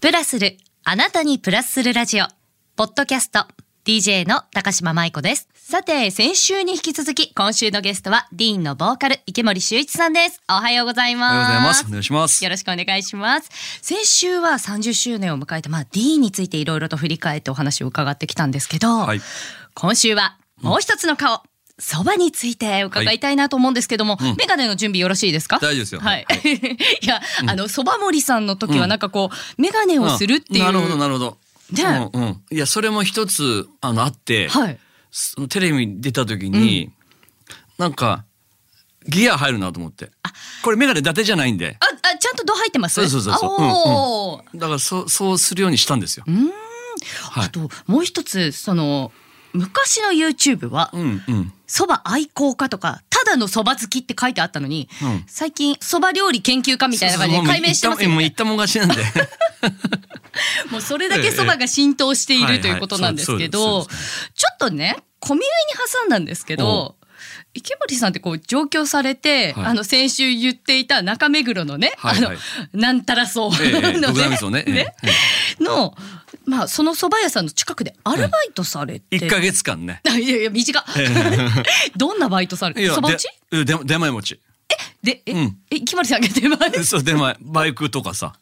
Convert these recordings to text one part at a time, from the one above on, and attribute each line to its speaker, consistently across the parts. Speaker 1: プラスる、あなたにプラスするラジオ、ポッドキャスト、DJ の高島舞子です。さて、先週に引き続き、今週のゲストは、ディーンのボーカル、池森修一さんです。おはようござい
Speaker 2: おはよう
Speaker 1: ます。
Speaker 2: ございます。お願いします。
Speaker 1: よろしくお願いします。先週は30周年を迎えた、まあ、D についていろいろと振り返ってお話を伺ってきたんですけど、
Speaker 2: い
Speaker 1: 今週はもう一つの顔、そばについて伺いたいなと思うんですけども、
Speaker 2: いうん
Speaker 1: メガネの準備よろしいですか
Speaker 2: 大丈夫ですよ
Speaker 1: はい。 いや、あの、そば森さんの時はなんかこう、メガネをするっていう。
Speaker 2: なるほど、なるほど。
Speaker 1: ね
Speaker 2: うんうん。いや、それも一つ、あの、あって、
Speaker 1: はい。
Speaker 2: そのテレビに出た時に、なんか、ギア入るなと思って。これメガネ伊達じゃないんで。
Speaker 1: あ、あ、ちゃんと度入ってます
Speaker 2: そうそうそうそううんうん
Speaker 1: おー
Speaker 2: だから、そう、そうするようにしたんですよ。はい
Speaker 1: あと、もう一つ、その、昔の YouTube は、
Speaker 2: うん、うん。
Speaker 1: そば愛好家とか、ただのそば好きって書いてあったのに、
Speaker 2: うん
Speaker 1: 最近、そば料理研究家みたいな感じで
Speaker 2: そうそうもう
Speaker 1: 解明してますよ
Speaker 2: もう
Speaker 1: ね
Speaker 2: 言っ。たもん勝 ちなんで。
Speaker 1: もうそれだけそばが浸透してい
Speaker 2: えええ
Speaker 1: る
Speaker 2: え
Speaker 1: ということなんですけ
Speaker 2: はいは
Speaker 1: ど、
Speaker 2: い
Speaker 1: ち
Speaker 2: そ
Speaker 1: ょっとね、小耳に挟んだんですけど、池森さんってこう上京されて、
Speaker 2: はい
Speaker 1: あの先週言っていた中目黒のね、
Speaker 2: はいはい
Speaker 1: あの、なんたらそうの
Speaker 2: ええええ
Speaker 1: ね
Speaker 2: 独眼味噌ねえええ
Speaker 1: の、まあその蕎麦屋さんの近くでアルバイトされて。
Speaker 2: 一ヶ月間ね。
Speaker 1: いやいや、短っ。 どんなバイトされて、そば打ち
Speaker 2: でうんで出前持ち。
Speaker 1: で、え、
Speaker 2: うん
Speaker 1: え、木森さんが出前。
Speaker 2: そう出前バイクと かさ、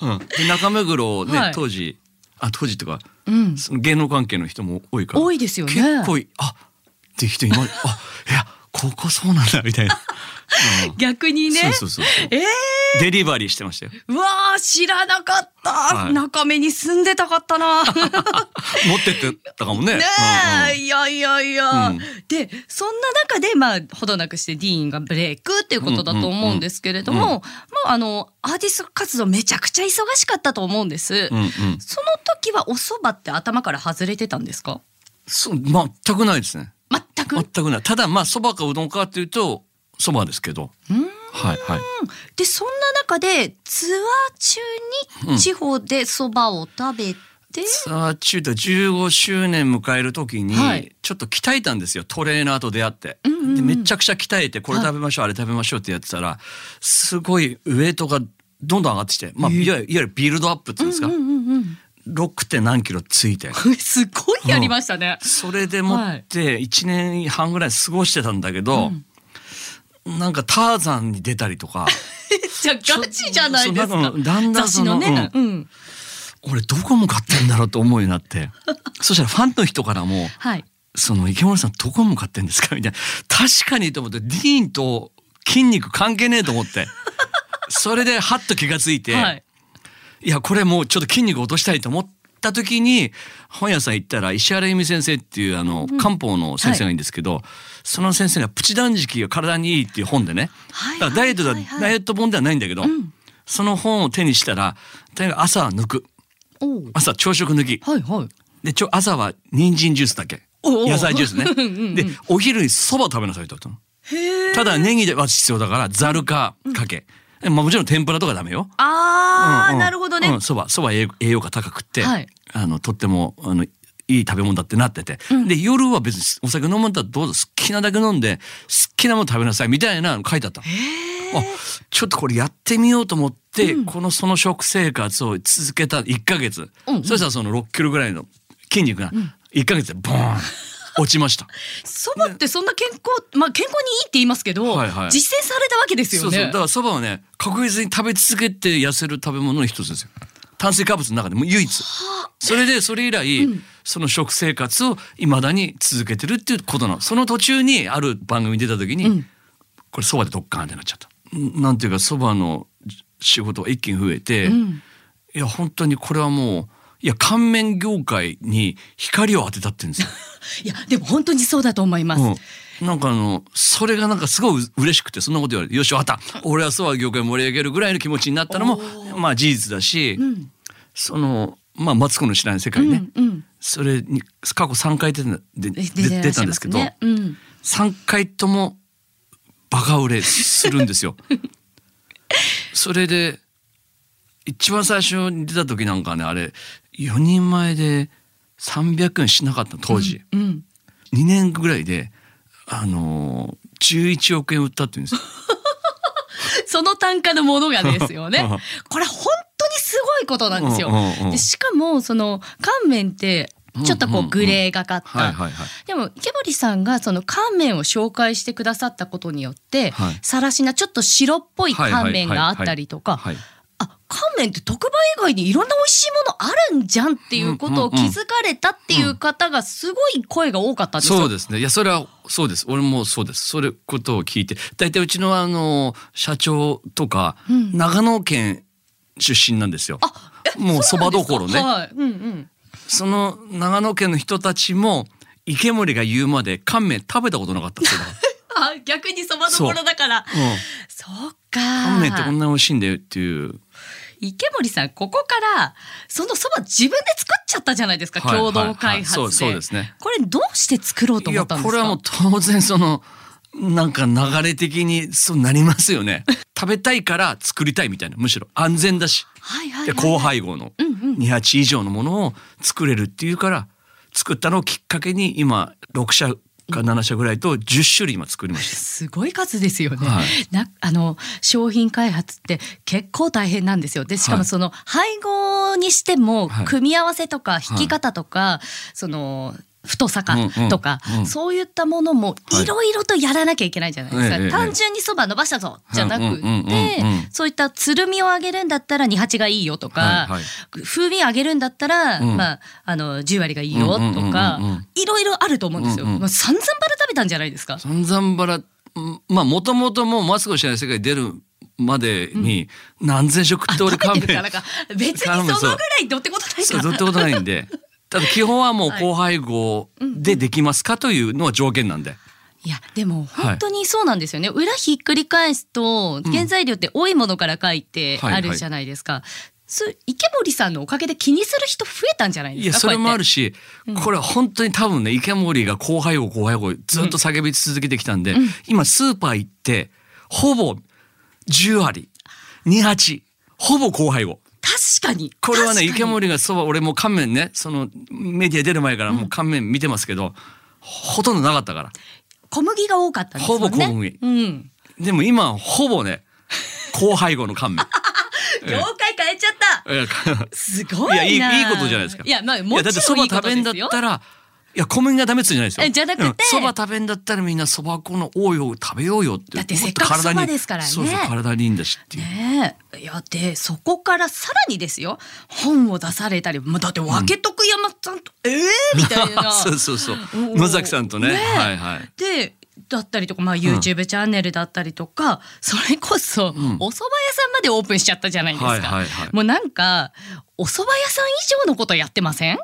Speaker 2: うん、で中目黒をね、
Speaker 1: はい
Speaker 2: 当時あ当時とか、
Speaker 1: ん
Speaker 2: その芸能関係の人も多いから
Speaker 1: 多いですよね
Speaker 2: 結構いあって 人今あいやここそうなんだみたいな、うん
Speaker 1: 逆にね。
Speaker 2: そうそうそうそう
Speaker 1: えー
Speaker 2: デリバリーしてましたよ
Speaker 1: うわー知らなかった、
Speaker 2: はい
Speaker 1: 中目に住んでたかった なね
Speaker 2: 持ってってたかもね
Speaker 1: え、いやいやいや、
Speaker 2: うん
Speaker 1: でそんな中でまあほどなくしてディーンがブレイクっていうことだと思うんですけれども、
Speaker 2: うんうんうん
Speaker 1: まああのアーティスト活動めちゃくちゃ忙しかったと思うんです、
Speaker 2: うんうん、うんうん、
Speaker 1: その時はお蕎麦って頭から外れてたんですか
Speaker 2: そう全くないですね
Speaker 1: 全く、
Speaker 2: 全くないただまあそばかうどんかっていうとそばですけど
Speaker 1: うん
Speaker 2: はいはい
Speaker 1: でそんな中でツアー中
Speaker 2: う
Speaker 1: に
Speaker 2: ん
Speaker 1: 地方で蕎麦を食べて、
Speaker 2: さあ中途15周年迎える時に、
Speaker 1: はい
Speaker 2: ちょっと鍛えたんですよトレーナーと出会って、
Speaker 1: んうんうん
Speaker 2: でめちゃくちゃ鍛えてこれ食べましょう、あれ食べましょうってやってたらすごいウエイトがどんどん上がってきて、まあ、いわゆるいわゆるビルドアップっていうんですか、
Speaker 1: うんうんうん
Speaker 2: 6. 点何キロついて
Speaker 1: すごいやりましたね、
Speaker 2: それでもって1年半ぐらい過ごしてたんだけど、なんかターザンに出たりとか
Speaker 1: じゃあガチじゃないです
Speaker 2: そうな
Speaker 1: か
Speaker 2: んかだんだん
Speaker 1: 雑誌
Speaker 2: そ
Speaker 1: の
Speaker 2: の
Speaker 1: ね、
Speaker 2: う
Speaker 1: うん、
Speaker 2: 俺どこも買ってんだろうと思うようになってそしたらファンの人からも
Speaker 1: はい
Speaker 2: その池森さんどこ向かってんですかみたいな確かにと思ってディーンと筋肉関係ねえと思ってそれでハッと気がついて、
Speaker 1: はい
Speaker 2: い、やこれもうちょっと筋肉落としたいと思った時に本屋さん行ったら石原由美先生っていうあの漢方の先生がいいんですけど、その先生が「プチ断食が体にいい」っていう本でね、
Speaker 1: はい
Speaker 2: だからダイエットだ、
Speaker 1: はいはい
Speaker 2: ダイエット本ではないんだけど、
Speaker 1: ん
Speaker 2: その本を手にしたらとにかく朝は抜く
Speaker 1: おう
Speaker 2: 朝朝食抜き
Speaker 1: はいはい
Speaker 2: でちょ朝は人参ジュースだけ
Speaker 1: おうおう
Speaker 2: 野菜ジュースね
Speaker 1: うんうん
Speaker 2: でお昼にそば食べなさいって言われたの
Speaker 1: へえ
Speaker 2: ただネギでは必要だからざるかかけ、まあ、もちろん天ぷらとかダメよ
Speaker 1: あー、
Speaker 2: うんうん
Speaker 1: なるほどね、
Speaker 2: うんそばそば栄栄養価高くって、
Speaker 1: はい
Speaker 2: あのとってもあのいい食べ物だってなってて、で夜は別にお酒飲むんだったらどうぞ好きなだけ飲んで好きなもの食べなさいみたいなの書いてあったのあちょっとこれやってみようと思って、このその食生活を続けた1ヶ月、
Speaker 1: うんうん
Speaker 2: そしたらその6キロぐらいの筋肉が1ヶ月でボーン落ちました。
Speaker 1: そばってそんな健康、まあ健康にいいって言いますけど、
Speaker 2: はいはい
Speaker 1: 実践されたわけですよね
Speaker 2: そうそうだからそばはね確実に食べ続けて痩せる食べ物の一つですよ炭水化物の中でも唯一それでそれ以来、その食生活をいまだに続けてるっていうことなのその途中にある番組に出た時に、これそばでドッカーンってなっちゃったんなんていうかそばの仕事が一気に増えて、いや本当にこれはもういや乾麺業界に光を当てたって言うんですよ
Speaker 1: いやでも本当に そうだと思います、
Speaker 2: うん、なんかあのそれがなんかすごいう嬉しくてそんなこと言われてよしわかった俺はそば業界盛り上げるぐらいの気持ちになったのもまあ事実だし、そのまあマツコの知らない世界ね、
Speaker 1: うんうん
Speaker 2: それに過去3回出たでで
Speaker 1: え出てらっ
Speaker 2: 出
Speaker 1: しゃ
Speaker 2: た
Speaker 1: い
Speaker 2: ん
Speaker 1: ま
Speaker 2: です
Speaker 1: す
Speaker 2: けど、
Speaker 1: ねうん、
Speaker 2: 3回ともバカ売れするんですよ。 それで一番最初に出た時なんかねあれ4人前で300円しなかったの当時。
Speaker 1: うん、
Speaker 2: 2年ぐらいで、あのー、11億円売 ったって言うんですよ。
Speaker 1: その単価のものがですよねこれ本当にすすごいことなんですよ。
Speaker 2: うんうんうん
Speaker 1: でしかもその乾麺ってちょっとこ
Speaker 2: うんうんう
Speaker 1: うんグレーがかった、
Speaker 2: はいはいはい。
Speaker 1: でも池森さんがその乾麺を紹介してくださったことによって、
Speaker 2: はい
Speaker 1: さらしなちょっと白っぽい乾麺があったりとか
Speaker 2: はい。
Speaker 1: あ乾麺って特売以外にいろんな美味しいものあるんじゃんっていうことを気づかれたっていう方がすごい声が多かったんですよ。
Speaker 2: そうですね。いや、それは、そうです。俺もそうです。それことを聞いて、大体うちのあの、社長とか、
Speaker 1: うん
Speaker 2: 長野県出身なんですよ。
Speaker 1: あえ
Speaker 2: もうそばどころね
Speaker 1: そうなんですかはいうんうん、
Speaker 2: その長野県の人たちも、池森が言うまで乾麺食べたことなかっ たんですよ。だか
Speaker 1: あ逆にそばどころだから
Speaker 2: らうん
Speaker 1: そっか
Speaker 2: 乾麺ってこんなに美味しいんだよっていう。
Speaker 1: 池森さんここからそのそば自分で作っちゃったじゃないですか、
Speaker 2: はい
Speaker 1: 共同開発で,、
Speaker 2: はいはいそうそうですね
Speaker 1: これどうして作ろうと
Speaker 2: い
Speaker 1: 思
Speaker 2: や、
Speaker 1: ったんですか
Speaker 2: これはもう当然その、なんか流れ的にそうなりますよね。 食べたいから作りたいみたいな。むしろ安全だし。
Speaker 1: はいはい
Speaker 2: で
Speaker 1: はい
Speaker 2: 高配合の
Speaker 1: うんうん
Speaker 2: 208以上のものを作れるっていうから作ったのをきっかけに今6社か7社ぐらいと10種類今作りまし
Speaker 1: すごい数ですよね、
Speaker 2: はい
Speaker 1: なあの商品開発って結構大変なんですよでしか
Speaker 2: は
Speaker 1: も
Speaker 2: い
Speaker 1: その配合にしても
Speaker 2: はい
Speaker 1: 組み合わせとか引き方とか、その太さかとか、
Speaker 2: うんうんうん
Speaker 1: そういったものも
Speaker 2: はい
Speaker 1: いろいろとやらなきゃいけないじゃないですか、
Speaker 2: ええええ
Speaker 1: 単純にそば伸ばしたぞじゃなくて、
Speaker 2: うんうんうんうん
Speaker 1: そういったつるみを上げるんだったら28がいいよとか、
Speaker 2: はいはい
Speaker 1: 風味上げるんだったら、
Speaker 2: うん
Speaker 1: まあ、あの10割がいいよとか、
Speaker 2: うんうんうんうん
Speaker 1: いろいろあると思うんですよ。
Speaker 2: うんうん
Speaker 1: まあ、散々バラ食べたんじゃないですか
Speaker 2: た。散々バラんまあもともともうマスクをしない世界に出るまでに何千食って俺
Speaker 1: 食
Speaker 2: 勘
Speaker 1: べてるか
Speaker 2: 弁
Speaker 1: らか別にそのぐらいどうってことない
Speaker 2: そう
Speaker 1: か
Speaker 2: どう
Speaker 1: ら
Speaker 2: ってことない んでただ基本はもう
Speaker 1: はい
Speaker 2: 高配合でできますかというのは条件なんで。
Speaker 1: いやでも本当にそうなんですよね、裏ひっくり返すと原材料って多いものから書いて
Speaker 2: はいは
Speaker 1: あ
Speaker 2: い
Speaker 1: るじゃないですか、そう池森さんのおかげで気にする人増えたんじゃないで
Speaker 2: い
Speaker 1: す
Speaker 2: や
Speaker 1: か
Speaker 2: それもある
Speaker 1: し
Speaker 2: し、これは本当に多分ね池森が後輩を後輩をずっと叫び続けてきたんで、今スーパー行ってほぼ10割28ほぼ後輩を。
Speaker 1: 確かに
Speaker 2: これはね
Speaker 1: 確かに
Speaker 2: 池森がそば俺もう乾麺ねそのメディア出る前からもう乾麺見てますけど、ほとんどなかったから
Speaker 1: 小麦が多かったんですもんね
Speaker 2: ほぼ小麦
Speaker 1: うん
Speaker 2: でも今ほ ぼね後輩後の乾麺
Speaker 1: 業界変えちゃった
Speaker 2: え
Speaker 1: すごいない
Speaker 2: いやいいいいことじゃないですか
Speaker 1: いやまあ
Speaker 2: い
Speaker 1: も
Speaker 2: や
Speaker 1: ちろ
Speaker 2: だ
Speaker 1: ん
Speaker 2: ってそば
Speaker 1: いいこ
Speaker 2: 食
Speaker 1: とで
Speaker 2: べ
Speaker 1: す
Speaker 2: ん
Speaker 1: よ
Speaker 2: だったらいや小麦がダメっつうんじゃないですよ
Speaker 1: えじゃなくて
Speaker 2: うんそば、食べんだったらみんなそば粉の多いを食べようよって
Speaker 1: だって
Speaker 2: もと
Speaker 1: せっかく
Speaker 2: 体に
Speaker 1: そばですからね
Speaker 2: そうそう体にいいんだしっていう、
Speaker 1: ねえいやでそこからさらにですよ本を出されたりもうだって分け徳山さんと、え えー、みたいな
Speaker 2: そうそうそう
Speaker 1: おー
Speaker 2: 野崎さんとね
Speaker 1: ねえ
Speaker 2: はいはい
Speaker 1: でだったりとか、まあ、YouTube チャンネルだったりとか、それこそお蕎麦
Speaker 2: ん
Speaker 1: 屋さんまでオープンしちゃったじゃないですか、
Speaker 2: はいはいはい
Speaker 1: もうなんかお蕎麦屋さん以上のことやってません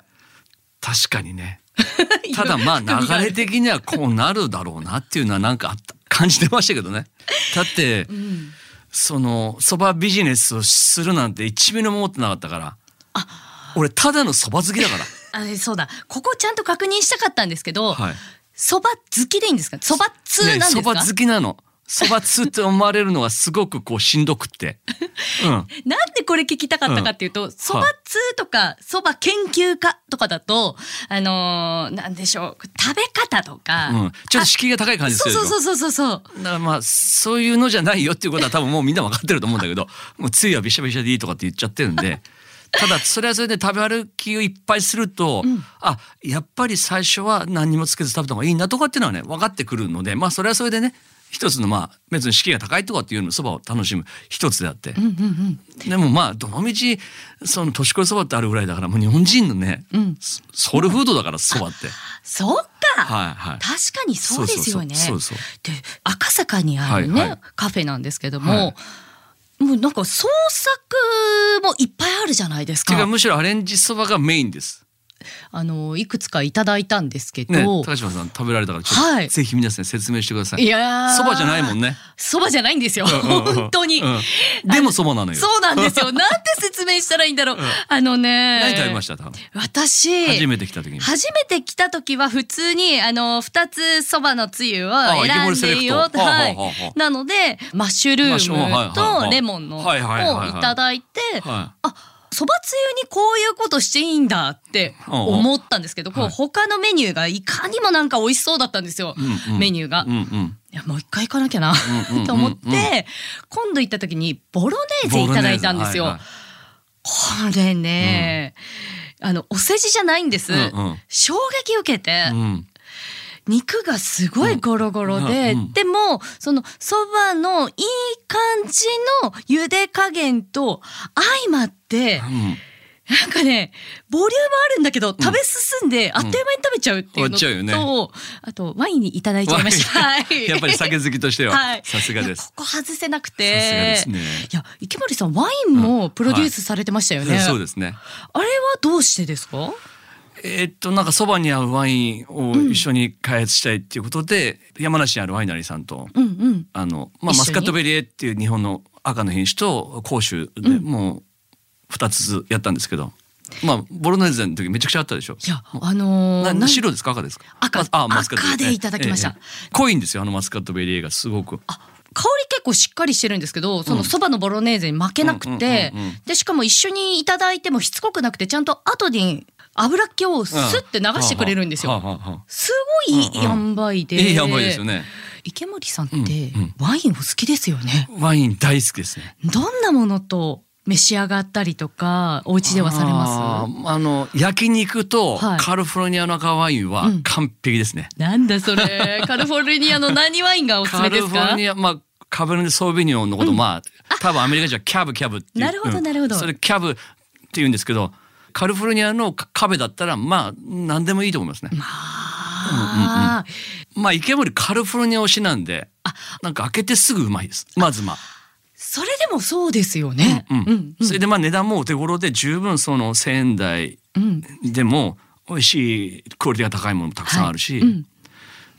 Speaker 2: 確かにね ただまあ流 れ的にはこうなるだろうなっていうのはなんかあった感じてましたけ どねだって、そのそばビジネスをするなんて一ミリも思ってなかったから俺ただのそば好き だから
Speaker 1: あそうだここちゃんと確認したかったんですけど、
Speaker 2: はい
Speaker 1: そば好きでいいんですかそば通なんです
Speaker 2: そば
Speaker 1: か、
Speaker 2: 好きなのそば通って思われるのはすごくこうしんどく って、うん、
Speaker 1: なんでこれ聞きたかったかっていうと、そば通とか、そば研究家とかだと、あのーなんでしょう、食べ方とか、
Speaker 2: うん、ちょっと敷居が高い感じ
Speaker 1: そ
Speaker 2: す
Speaker 1: う
Speaker 2: るでし
Speaker 1: そ
Speaker 2: ょ
Speaker 1: うそうそうそうそう。
Speaker 2: だからまあそういうのじゃないよっていうことは多分もうみんな分かってると思うんだけど もうつゆはびしゃびしゃでいいとかって言っちゃってるんで ただそれはそれで食べ歩きをいっぱいすると、あやっぱり最初は何にもつけず食べた方がいいなとかっていうのはね分かってくるのでまあそれはそれでね一つのまあ別に士気が高いとかっていうのそばを楽しむ一つであって、でもまあどのみちその年越しそばってあるぐらいだからもう日本人のね、ソソウルフードだからそばって。
Speaker 1: そっか、
Speaker 2: はいはい
Speaker 1: 確かに そうですよね。
Speaker 2: そうそうそう
Speaker 1: で赤坂にあるね、
Speaker 2: はいはい
Speaker 1: カフェなんですけども、
Speaker 2: は
Speaker 1: もうなんか創作もいっぱいあるじゃないです
Speaker 2: ていうか
Speaker 1: か。
Speaker 2: むしろアレンジそばがメインです。
Speaker 1: あのいくつかいただいたんですけど、
Speaker 2: ね、高島さん食べられたからちょっと、
Speaker 1: はい
Speaker 2: ぜひ皆さんに説明してください。
Speaker 1: いやー
Speaker 2: そばじゃないもんね。
Speaker 1: そばじゃないんですよ。
Speaker 2: うんうんうん
Speaker 1: 本当に。
Speaker 2: うんでもそばなのよ。
Speaker 1: そうなんですよ。なんて説明したらいいんだろう。あのね。
Speaker 2: 何食べました多分
Speaker 1: 私。
Speaker 2: 初めて来た時に。
Speaker 1: 初めて来た時は普通にあの二つそばのつゆを選んでいいよ
Speaker 2: あ
Speaker 1: っては
Speaker 2: 池森セレクトはあはあはあはい
Speaker 1: なのでマッシュル
Speaker 2: マッシュはいはい
Speaker 1: ーム
Speaker 2: はいは
Speaker 1: と
Speaker 2: い
Speaker 1: レモンのを
Speaker 2: はいはいはいはい
Speaker 1: いただいて
Speaker 2: は
Speaker 1: あそばつゆにこういうことしていいんだって思ったんですけどこう
Speaker 2: はい
Speaker 1: 他のメニューがいかにもなんか美味しそうだったんですよ
Speaker 2: うんうん
Speaker 1: メニューが
Speaker 2: い。う。んうん。
Speaker 1: いやもう一回行かなきゃな
Speaker 2: うんうんうんうん
Speaker 1: と思って今度行った時にボロネーゼいただいたんですよ。
Speaker 2: ボロネーゼはいはい
Speaker 1: これね、あのお世辞じゃないんです、
Speaker 2: うんうん
Speaker 1: 衝撃受けて、
Speaker 2: うん
Speaker 1: 肉がすごいゴロゴロで、
Speaker 2: うんうん
Speaker 1: でもそのそばのいい感じの茹で加減と相まって、
Speaker 2: うん
Speaker 1: なんかねボリュームあるんだけど食べ進んで、あっという間に食べちゃうっていうの
Speaker 2: 終わっちゃうよね
Speaker 1: と、あとワインにいただいちゃいま した。はい
Speaker 2: やっぱり酒好きとしては
Speaker 1: はい、
Speaker 2: さすがで
Speaker 1: いや
Speaker 2: す。
Speaker 1: ここ外せなく
Speaker 2: さすがで
Speaker 1: て
Speaker 2: すね。
Speaker 1: いや池森さんワインもプロデュースされてましたよね、
Speaker 2: そうですね。
Speaker 1: あれはどうしてですか
Speaker 2: えーっとなんかそばに合うワインを一緒に開発したいっていうことで、山梨にあるワイナリーさんと
Speaker 1: うんうん
Speaker 2: あのまあ
Speaker 1: 一緒に
Speaker 2: マスカットベリエっていう日本の赤の品種と甲州でもう二つやったんですけど、まあボロネーゼの時めちゃくちゃあったでしょ。
Speaker 1: いやあのー
Speaker 2: な
Speaker 1: なん
Speaker 2: 白ですか赤ですか。
Speaker 1: 赤
Speaker 2: ああマスカットベリエ
Speaker 1: 赤でいただきました
Speaker 2: ええええ濃いんですよあのマスカットベリエがすごく。
Speaker 1: あ香り結構しっかりしてるんですけどそのそばのボロネーゼに負けなくて、
Speaker 2: うんうんうんうん
Speaker 1: でしかも一緒にいただいてもしつこくなくてちゃんと後に油っ気をスッて流してくれるんですよ、
Speaker 2: はあはあはあはあ
Speaker 1: すごいいい塩梅で、
Speaker 2: いい塩梅ですよね。
Speaker 1: 池森さんって
Speaker 2: うんうん
Speaker 1: ワインお好きですよね、
Speaker 2: ワイン大好きですね。
Speaker 1: どんなものと召し上がったりとかお家ではされます
Speaker 2: あーあの焼肉と
Speaker 1: はい
Speaker 2: カリフォルニアの赤ワインは
Speaker 1: うん
Speaker 2: 完璧ですね。
Speaker 1: なんだそれカリフォルニアの何ワインがおすす
Speaker 2: カ
Speaker 1: め
Speaker 2: リ
Speaker 1: で
Speaker 2: フ
Speaker 1: す
Speaker 2: ォル
Speaker 1: か
Speaker 2: ニアまあカベルネソービニョンのこと、まあ多分アメリカじゃキャブキャブっていう
Speaker 1: なるほど
Speaker 2: うん
Speaker 1: なるほど
Speaker 2: それキャブって言うんですけどカリフォルニアのカカベだったらまあ何でもいいと思いますね。
Speaker 1: あー、
Speaker 2: まあ池森カリフォルニア推しなんでなんか開けてすぐうまいですまずまあ。
Speaker 1: それでもそうですよね、
Speaker 2: うん
Speaker 1: うん
Speaker 2: それでまあ値段もお手頃で十分その1,000円台
Speaker 1: うん
Speaker 2: でも美味しいクオリティが高いものもたくさんあるし、
Speaker 1: はいうん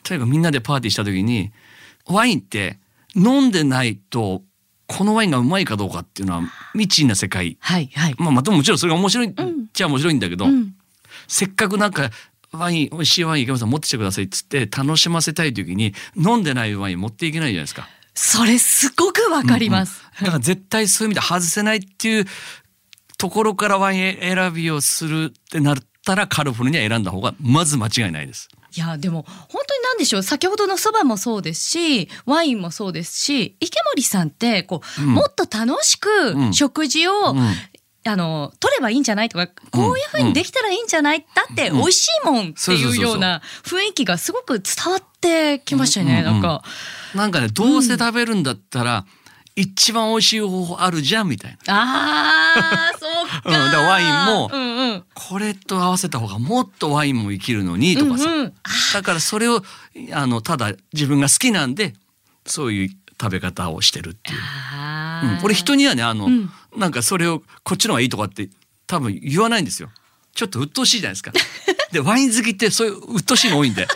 Speaker 2: とにかくみんなでパーティーした時にワインって飲んでないとこのワインがうまいかどうかっていうのは未知な世界、
Speaker 1: はいはい、
Speaker 2: まあ、まあでももちろんそれが面白いっ
Speaker 1: ん
Speaker 2: ちゃ面白いんだけど、
Speaker 1: うん
Speaker 2: せっかくなんかワイン美味しいワイン池本さん持ってきてくださいっつって楽しませたい時に飲んでないワイン持っていけないじゃないですか。
Speaker 1: それすごくわかります、
Speaker 2: だから絶対そういう意味で外せないっていうところからワイン選びをするってなったらカルフォルニア選んだ方がまず間違いないです。
Speaker 1: いやでも本当に何でしょう先ほどのそばもそうですしワインもそうですし池森さんってこう、
Speaker 2: うん
Speaker 1: もっと楽しく
Speaker 2: うん
Speaker 1: 食事を、
Speaker 2: うん
Speaker 1: あの取ればいいんじゃないとかこういうふうにできたらいいんじゃない、だって美味しいもんって
Speaker 2: そうそうそう
Speaker 1: いう
Speaker 2: そう
Speaker 1: ような雰囲気がすごく伝わってきましたよね、
Speaker 2: うんうんうん
Speaker 1: なんか
Speaker 2: なんかねどうせ食べるんだったら、一番美味しい方法あるじゃんみたいな。
Speaker 1: あーそうか,、
Speaker 2: うんだからワインも
Speaker 1: うんうん
Speaker 2: これと合わせた方がもっとワインも生きるのにとかさ、
Speaker 1: うんうん
Speaker 2: だからそれをあのただ自分が好きなんでそういう食べ方をしてるっていう。
Speaker 1: あ
Speaker 2: うん
Speaker 1: ー、
Speaker 2: 俺人にはねあの、
Speaker 1: ん
Speaker 2: なんかそれをこっちの方がいいとかって多分言わないんですよちょっと鬱陶しいじゃないで すかでワイン好きってそういう鬱陶しいの多いんで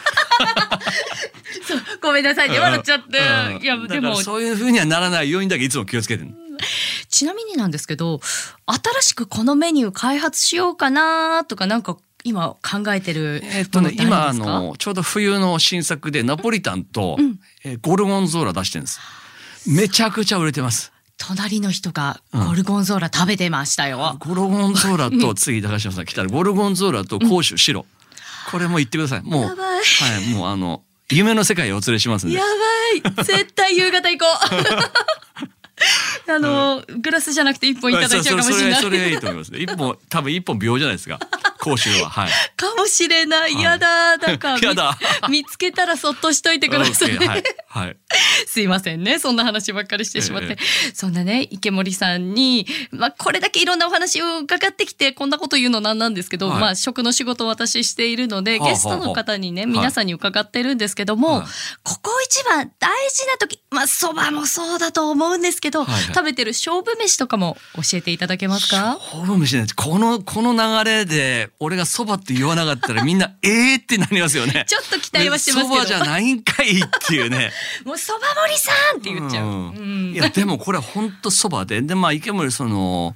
Speaker 1: ごめんなさいね笑っちゃって、
Speaker 2: うん
Speaker 1: いや
Speaker 2: だ
Speaker 1: で
Speaker 2: から
Speaker 1: も
Speaker 2: そういう風にはならないようにだけいつも気をつけてる
Speaker 1: ちなみになんですけど新しくこのメニュー開発しようかなとかなんか今考えてる
Speaker 2: えっと
Speaker 1: もの
Speaker 2: ね
Speaker 1: って
Speaker 2: 今
Speaker 1: あ
Speaker 2: あ
Speaker 1: るんですか
Speaker 2: のちょうど冬の新作でナポリタンと、えーゴルゴンゾーラ出してるんですめちゃくちゃ売れてます
Speaker 1: 隣の人がゴルゴンゾーラ食べてましたよ、
Speaker 2: ゴルゴンゾーラと次高島さん来たらゴルゴンゾーラと甲州白、これも言ってくださいもう
Speaker 1: やばい
Speaker 2: はいもうあの夢の世界へお連れしますんで
Speaker 1: やばい絶対夕方行 こうあのグラスじゃなくて一本いただいちゃうかもしれない
Speaker 2: それそれそれそれいいと思いますね。一本多分一本秒じゃないですか。講習 ははい。
Speaker 1: かもしれないやだだから
Speaker 2: やだ
Speaker 1: 見つけたらそっとしといてください、
Speaker 2: OK はいはい。
Speaker 1: すいませんねそんな話ばっかりしてしまって、
Speaker 2: え
Speaker 1: そんなね池森さんに、まあ、これだけいろんなお話を伺ってきてこんなこと言うのなんなんですけど、
Speaker 2: はい
Speaker 1: まあ食の仕事を私しているので、
Speaker 2: はあはあ
Speaker 1: ゲストの方にね、
Speaker 2: はい
Speaker 1: 皆さんに伺ってるんですけども、
Speaker 2: はい
Speaker 1: ここ一番大事な時まあそばもそうだと思うんですけど、
Speaker 2: はいはい
Speaker 1: 食べてる勝負飯とかも教えていただけますか
Speaker 2: 勝負飯なんです。このこの流れで俺がそばって言わなかったらみんなえーってなりますよね。
Speaker 1: ちょっと期待はしてますけど
Speaker 2: そばじゃないんかいっていうね。
Speaker 1: もうそば森さんって言っちゃう。
Speaker 2: ん
Speaker 1: うん
Speaker 2: いやでもこれは本当そばででまあ池森その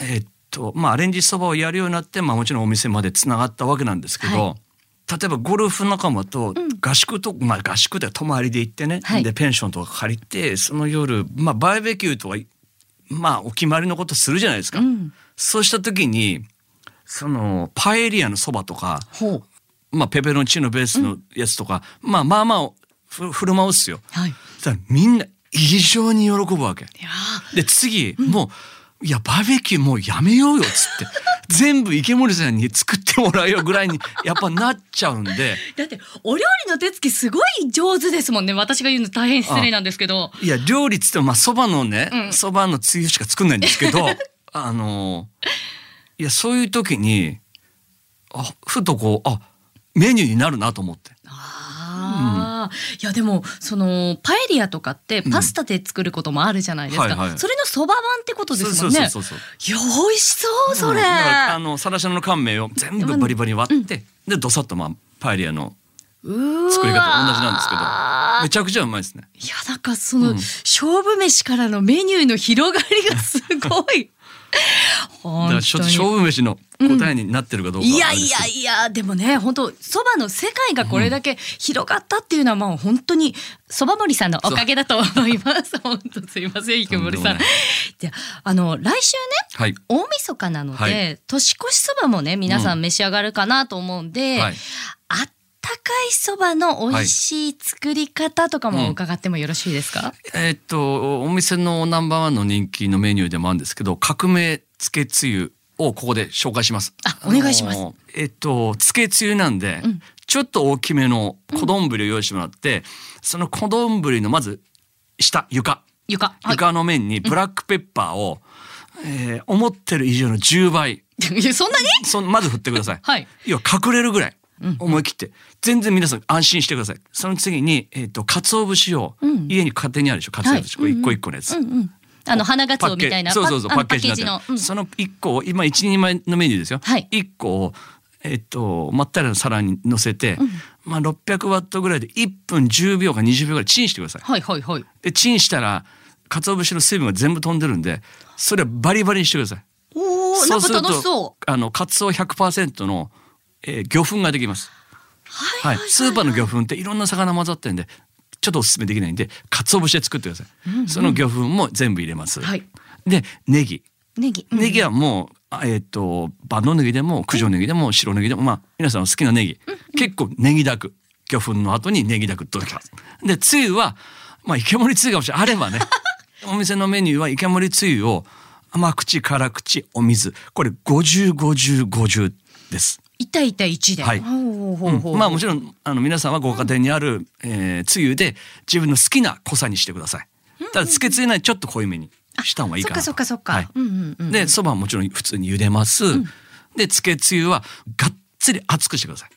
Speaker 2: えっとまあアレンジそばをやるようになってまあもちろんお店までつながったわけなんですけど。
Speaker 1: は
Speaker 2: 例えばゴルフ仲間と合宿と、まあ合宿で泊まりで行ってね、
Speaker 1: はい
Speaker 2: でペンションとか借りてその夜、まあ、バーベキューとかまあお決まりのことするじゃないですか、
Speaker 1: うん
Speaker 2: そうした時にそのパエリアのそばとか、
Speaker 1: ほう
Speaker 2: まあ、ペペロンチーノベースのやつとか、まあまあまあふ振る舞うっすよ。
Speaker 1: はい
Speaker 2: そしたらみんな異常に喜ぶわけ。
Speaker 1: いや
Speaker 2: で次、もういやバーベキューもうやめようよ」っつって全部池森さんに作ってもらえよぐ らいにやっぱなっちゃうんで
Speaker 1: だってお料理の手つきすごい上手ですもんね私が言うの大変失礼なんですけど
Speaker 2: いや料理っつってもまあそばの
Speaker 1: う
Speaker 2: ね
Speaker 1: ん
Speaker 2: そば、のつゆしか作んないんです けどあのいやそういう時にあふとこうあメニューになるなと思って。
Speaker 1: ああ、いやでもそのパエリアとかってパスタで作ることもあるじゃないですか、
Speaker 2: うんはいはい
Speaker 1: それのそば版ってことですもんねいや
Speaker 2: そうそうそうそう
Speaker 1: 美味しそうそれ、
Speaker 2: うんだからあのサラシャの乾麺を全部バリバリ割って、でどさっとまあパエリアの作
Speaker 1: 作
Speaker 2: り方同じなんですけどめちゃくちゃうまいですね。
Speaker 1: いやなんかその、
Speaker 2: うん
Speaker 1: 勝負飯からのメニューの広がりがすごい
Speaker 2: だ
Speaker 1: 本
Speaker 2: か
Speaker 1: 当
Speaker 2: ら
Speaker 1: に
Speaker 2: しょ勝負飯の答えになってるかどうか
Speaker 1: い
Speaker 2: は
Speaker 1: や
Speaker 2: あれで
Speaker 1: い
Speaker 2: すけど
Speaker 1: やいやでもね本当そばの世界がこれだけ広がったっていうのはもう本当にそば森さんのおかげだと思います本当すいません池森さん
Speaker 2: とんでもない
Speaker 1: じゃああの来週ね
Speaker 2: はい
Speaker 1: 大晦日なので、
Speaker 2: はい
Speaker 1: 年越しそばもね皆さん召し上がるかなと思うんで、
Speaker 2: はい
Speaker 1: あったかいそばの美味しい作り方とか
Speaker 2: はい
Speaker 1: も伺ってもよろしいですか、
Speaker 2: えーっとお店のナンバーワンの人気のメニューでもあるんですけど革命つけつゆをここで紹介します。
Speaker 1: あお願いします
Speaker 2: のー。えーっとつけつゆなんで、
Speaker 1: うん
Speaker 2: ちょっと大きめの小丼を用意してもらって、その小丼のまず下床
Speaker 1: 床はい
Speaker 2: 床の面にブラックペッパーを、えー思ってる以上の10倍
Speaker 1: いやそんなに
Speaker 2: そんまず振ってください。
Speaker 1: はい
Speaker 2: 要は隠れるぐらい
Speaker 1: うん
Speaker 2: 思い切って、全然皆さん安心してくださいその次に、えー、と鰹節を、
Speaker 1: うん
Speaker 2: 家に家庭にあるでしょ鰹節、
Speaker 1: はい
Speaker 2: これ一個一個のやつ、
Speaker 1: うんうんあの花がつ
Speaker 2: パ
Speaker 1: お
Speaker 2: ッケ
Speaker 1: みたい
Speaker 2: ー
Speaker 1: な
Speaker 2: ジそうそうそう
Speaker 1: パ
Speaker 2: パ
Speaker 1: ッ
Speaker 2: ッケ
Speaker 1: パ
Speaker 2: ー
Speaker 1: ッケ
Speaker 2: ジに
Speaker 1: ー
Speaker 2: なって
Speaker 1: ジの、
Speaker 2: る
Speaker 1: うん
Speaker 2: その一個を今一人前のメニューですよ、
Speaker 1: はい
Speaker 2: 一個をえっ、とまったりの皿に乗せて、まあ、600ワットぐらいで1分10秒か20秒ぐらいチンしてください
Speaker 1: はいはいはい
Speaker 2: でチンしたら鰹節の水分が全部飛んでるんでそれはバリバリにしてください
Speaker 1: おおなんか楽しそう
Speaker 2: あのカツオ100%の、えー魚粉ができます。
Speaker 1: は
Speaker 2: はいい、スーパーの魚粉っていろんな魚混ざってるんで、ちょっとおすすめできないんで、鰹節で作ってください。その魚粉も全部入れます。
Speaker 1: はい
Speaker 2: で、ネギ、
Speaker 1: ネギうん
Speaker 2: ネギはもう、あえっ、と、万能ネギでも九条ネギでも白ネギでも、まあ、皆さんの好きなネギ。結構ネギだく、魚粉の後にネギだくどうきます。で、つゆは、まあ、池盛りつゆかもしれない、あ ればね。お店のメニューは池盛りつゆを甘口辛口お水これ505050です。
Speaker 1: 一対一対一で
Speaker 2: はい
Speaker 1: ほうほうほうほう
Speaker 2: うんまあもちろんあの皆さんはご家庭にある、えーつゆで自分の好きな濃さにしてください。ただつけつゆないちょっと濃いめにした方がいいかなと。
Speaker 1: そっかそっかそっか
Speaker 2: はい
Speaker 1: うんうんうんうん
Speaker 2: でそばはもちろん普通に茹でます。でつけつゆはがっつり熱くしてください。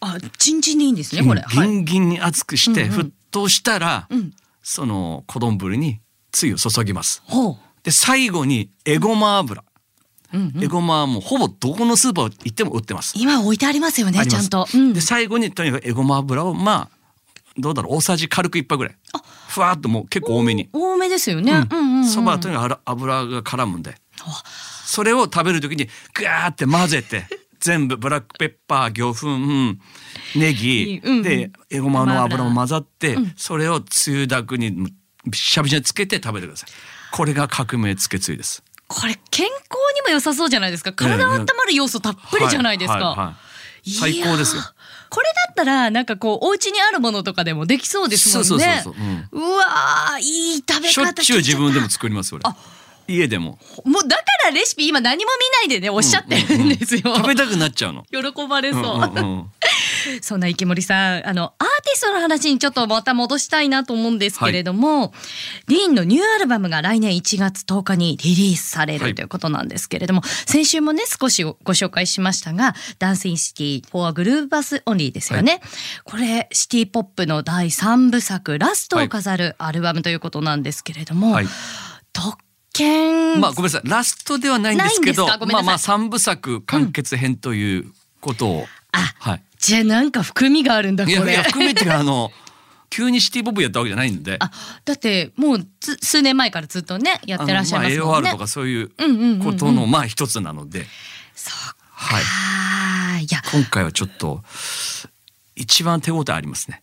Speaker 1: あチンチンでいいんですねこれ
Speaker 2: ギ
Speaker 1: はい
Speaker 2: ンギンに熱くして
Speaker 1: うんうん
Speaker 2: 沸騰したら、
Speaker 1: うん
Speaker 2: その小丼につゆを注ぎます。
Speaker 1: ほ
Speaker 2: で最後にエゴマ
Speaker 1: う
Speaker 2: 油。
Speaker 1: うんうん
Speaker 2: エゴマはもうほぼどこのスーパー行っても売ってます。
Speaker 1: 今置いてありますよ
Speaker 2: あ
Speaker 1: ね
Speaker 2: り
Speaker 1: ち
Speaker 2: ま
Speaker 1: ゃ
Speaker 2: す
Speaker 1: んとうん
Speaker 2: で最後にとにかくエゴマ油をまあどうだろう大さじ軽く一杯ぐらいふわっともう結構多めに
Speaker 1: 多めですよねうんうんうん
Speaker 2: そばはとにかくあら油が絡むんで
Speaker 1: あ
Speaker 2: それを食べる時にグワーって混ぜ て全部ブラックペッパー魚粉ネギ、
Speaker 1: うんうん
Speaker 2: でエゴマの油
Speaker 1: ごま油
Speaker 2: も混ざって、それをつゆだくにびしゃびしゃにつけて食べてくださいこれが革命つけつゆです
Speaker 1: これ健康にも良さそうじゃないですか体温まる要素たっぷりじゃないです
Speaker 2: はいはいは
Speaker 1: か
Speaker 2: い最高ですよ
Speaker 1: いやーこれだったらなんかこうお家にあるものとかでもできそうですもんね
Speaker 2: そうそうそうそう
Speaker 1: うわーいい食べ方
Speaker 2: しょっちゅう自分でも
Speaker 1: 聞
Speaker 2: 作ります俺家でも
Speaker 1: けたもうだからレシピ今何も見ないでねおっしゃってるんですよ、
Speaker 2: 食べたくなっちゃうの
Speaker 1: 喜ばれ そう、
Speaker 2: うんうんうん
Speaker 1: そんな池森さんあのアーティストの話にちょっとまた戻したいなと思うんですけれども、ディーンのニューアルバムが来年1月10日にリリースされる、
Speaker 2: はい
Speaker 1: ということなんですけれども先週もね少しご紹介しましたが「ダンス・イン・シティ・フォア・グルーバス・オンリー」ですよね、これシティ・ポップの第3部作「ラスト」を飾るアルバムということなんですけれども、
Speaker 2: はい
Speaker 1: 特権、
Speaker 2: まあごめんなさいラストではないんですけど
Speaker 1: ないんですかごめん
Speaker 2: ま
Speaker 1: な
Speaker 2: あ
Speaker 1: さい
Speaker 2: まあ三部作完結編ということを、
Speaker 1: あ
Speaker 2: はい
Speaker 1: じゃあなんか含みがあるんだこ
Speaker 2: い
Speaker 1: れ
Speaker 2: やいや含めて あの急にシティボブやったわけじゃないんで
Speaker 1: あだってもうつ数年前からずっとねやってらっしゃいます
Speaker 2: あ
Speaker 1: も
Speaker 2: の
Speaker 1: ん
Speaker 2: まあ、
Speaker 1: ね
Speaker 2: AOR と。かそういう
Speaker 1: うんうんうんうん
Speaker 2: ことのまあ一つなので、
Speaker 1: そう
Speaker 2: はい
Speaker 1: あーいや
Speaker 2: 今回はちょっと一番手応えありますね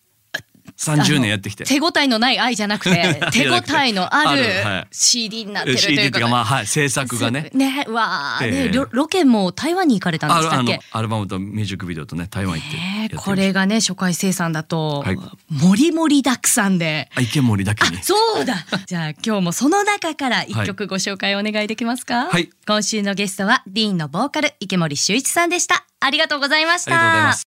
Speaker 2: 30年やってきて
Speaker 1: あの手応えのない愛じゃなく て手応えのある
Speaker 2: いやだからはい
Speaker 1: CD になってると
Speaker 2: CD
Speaker 1: い
Speaker 2: っていうう
Speaker 1: こと
Speaker 2: かまあはい制作がね
Speaker 1: ねうわあ、ね
Speaker 2: ええ
Speaker 1: ロロケも台湾に行かれたんで
Speaker 2: あ
Speaker 1: し
Speaker 2: る
Speaker 1: た
Speaker 2: あ
Speaker 1: っ
Speaker 2: の
Speaker 1: け
Speaker 2: アルバムとミュージックビデオとね台湾行ってやっ
Speaker 1: ねえ
Speaker 2: てました
Speaker 1: これがね初回生産だと、
Speaker 2: はい
Speaker 1: もりもりたくさんで
Speaker 2: あ池森だけ
Speaker 1: あ
Speaker 2: に
Speaker 1: そうだ じゃあ今日もその中から一曲ご紹介お願いできますか、
Speaker 2: はい
Speaker 1: 今週のゲストはディーンのボーカル池森修一さんでしたありがとうございまし
Speaker 2: あ
Speaker 1: た
Speaker 2: りがとうございます